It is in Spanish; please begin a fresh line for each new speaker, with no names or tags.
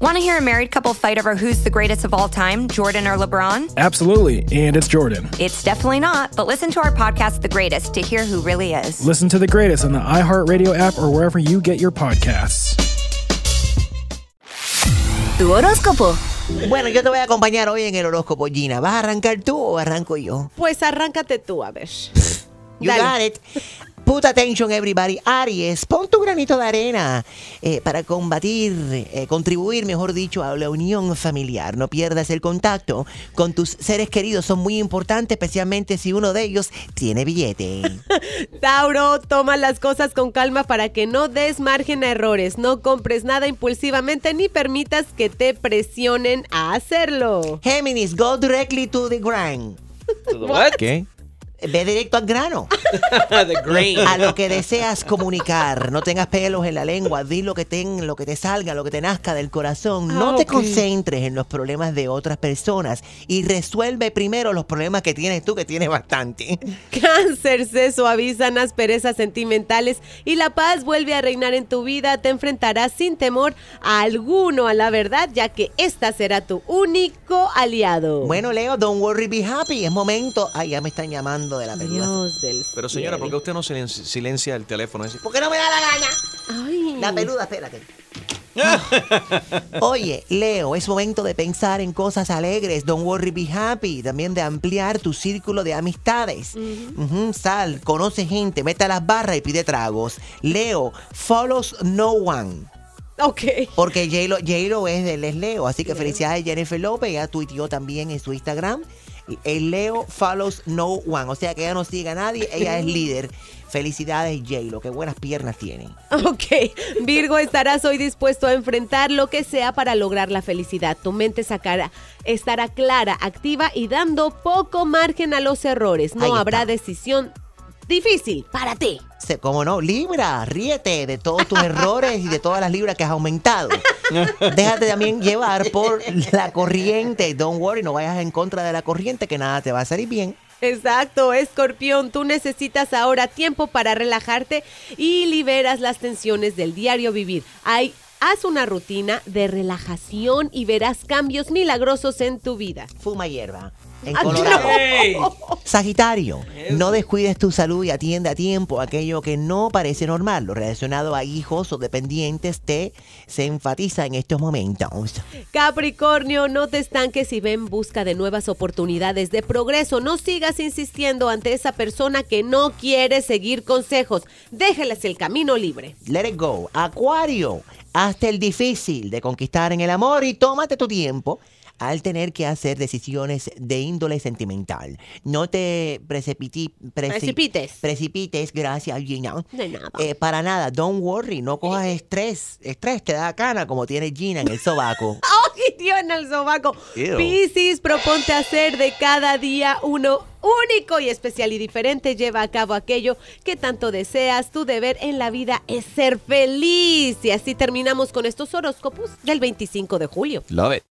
Want to hear a married couple fight over who's the greatest of all time, Jordan or LeBron?
Absolutely. And it's Jordan.
It's definitely not, but listen to our podcast, The Greatest, to hear who really is.
Listen to the greatest on the iHeartRadio app or wherever you get your podcasts.
Tu horóscopo.
Bueno, yo te voy a acompañar hoy en el horóscopo, Gina. ¿Vas a arrancar tú o arranco yo?
Pues arráncate tú, a ver.
You got
Dale.
it. Put attention, everybody. Aries, pon tu granito de arena eh, para combatir, eh, contribuir, mejor dicho, a la unión familiar. No pierdas el contacto con tus seres queridos. Son muy importantes, especialmente si uno de ellos tiene billete.
Tauro, toma las cosas con calma para que no des margen a errores. No compres nada impulsivamente ni permitas que te presionen a hacerlo.
Géminis, go directly to the grind.
What?
¿Qué?
Ve directo al grano,
the grain.
a lo que deseas comunicar. No tengas pelos en la lengua, di lo que, ten, lo que te salga, lo que te nazca del corazón. No
Ah,
te
ok.
concentres en los problemas de otras personas y resuelve primero los problemas que tienes tú, que tienes bastante.
Cáncer, se suavizan asperezas sentimentales y la paz vuelve a reinar en tu vida. Te enfrentarás sin temor a alguno a la verdad, ya que esta será tu único aliado.
Bueno, Leo, don't worry, be happy. Es momento. Ay, ya me están llamando de la película.
Dios del
Pero señora, ¿por qué
cielo.
usted no silen- silencia el teléfono ese?
¿Por qué no me da la gana?
Ay.
La peluda, espérate. Oye, Leo, es momento de pensar en cosas alegres. Don't worry, be happy. También de ampliar tu círculo de amistades. Ujú, sal, conoce gente, mete a las barras y pide tragos. Leo, follows no one.
Ok.
Porque J-Lo, J-Lo es de Les Leo. Así que felicidades, Jennifer López. Ella tuiteó también en su Instagram. El Leo follows no one. O sea que ella no sigue a nadie. Ella es líder. Felicidades, J-Lo. Qué buenas piernas tiene.
Ok, Virgo, estarás hoy dispuesto a enfrentar lo que sea para lograr la felicidad. Tu mente sacará, estará clara, activa y dando poco margen a los errores.
Ahí
No
está.
habrá decisión difícil para ti.
Se- ¿Cómo no? Libra, ríete de todos tus errores y de todas las libras que has aumentado. Déjate también llevar por la corriente. Don't worry, no vayas en contra de la corriente, que nada te va a salir bien.
Exacto, escorpión, tú necesitas ahora tiempo para relajarte y liberas las tensiones del diario vivir. Hay, haz una rutina de relajación y verás cambios milagrosos en tu vida.
Fuma hierba. En
Ah, no.
Colorado.
Hey.
Sagitario, no descuides tu salud y atiende a tiempo aquello que no parece normal. Lo relacionado a hijos o dependientes te se enfatiza en estos momentos.
Capricornio, no te estanques y ve en busca de nuevas oportunidades de progreso. No sigas insistiendo ante esa persona que no quiere seguir consejos. Déjales el camino libre.
Let it go. Acuario, hazte el difícil de conquistar en el amor y tómate tu tiempo al tener que hacer decisiones de índole sentimental. No te precipiti- preci-
Precipites.
Precipites, gracias Gina.
De nada. Eh,
Eh, para nada, don't worry, no cojas estrés. Estrés te da cana como tiene Gina en el sobaco.
¡Ay, tío, en el sobaco!
Ew.
Piscis, proponte hacer de cada día uno único y especial y diferente. Lleva a cabo aquello que tanto deseas. Tu deber en la vida es ser feliz. Y así terminamos con estos horóscopos del 25 de julio.
Love it.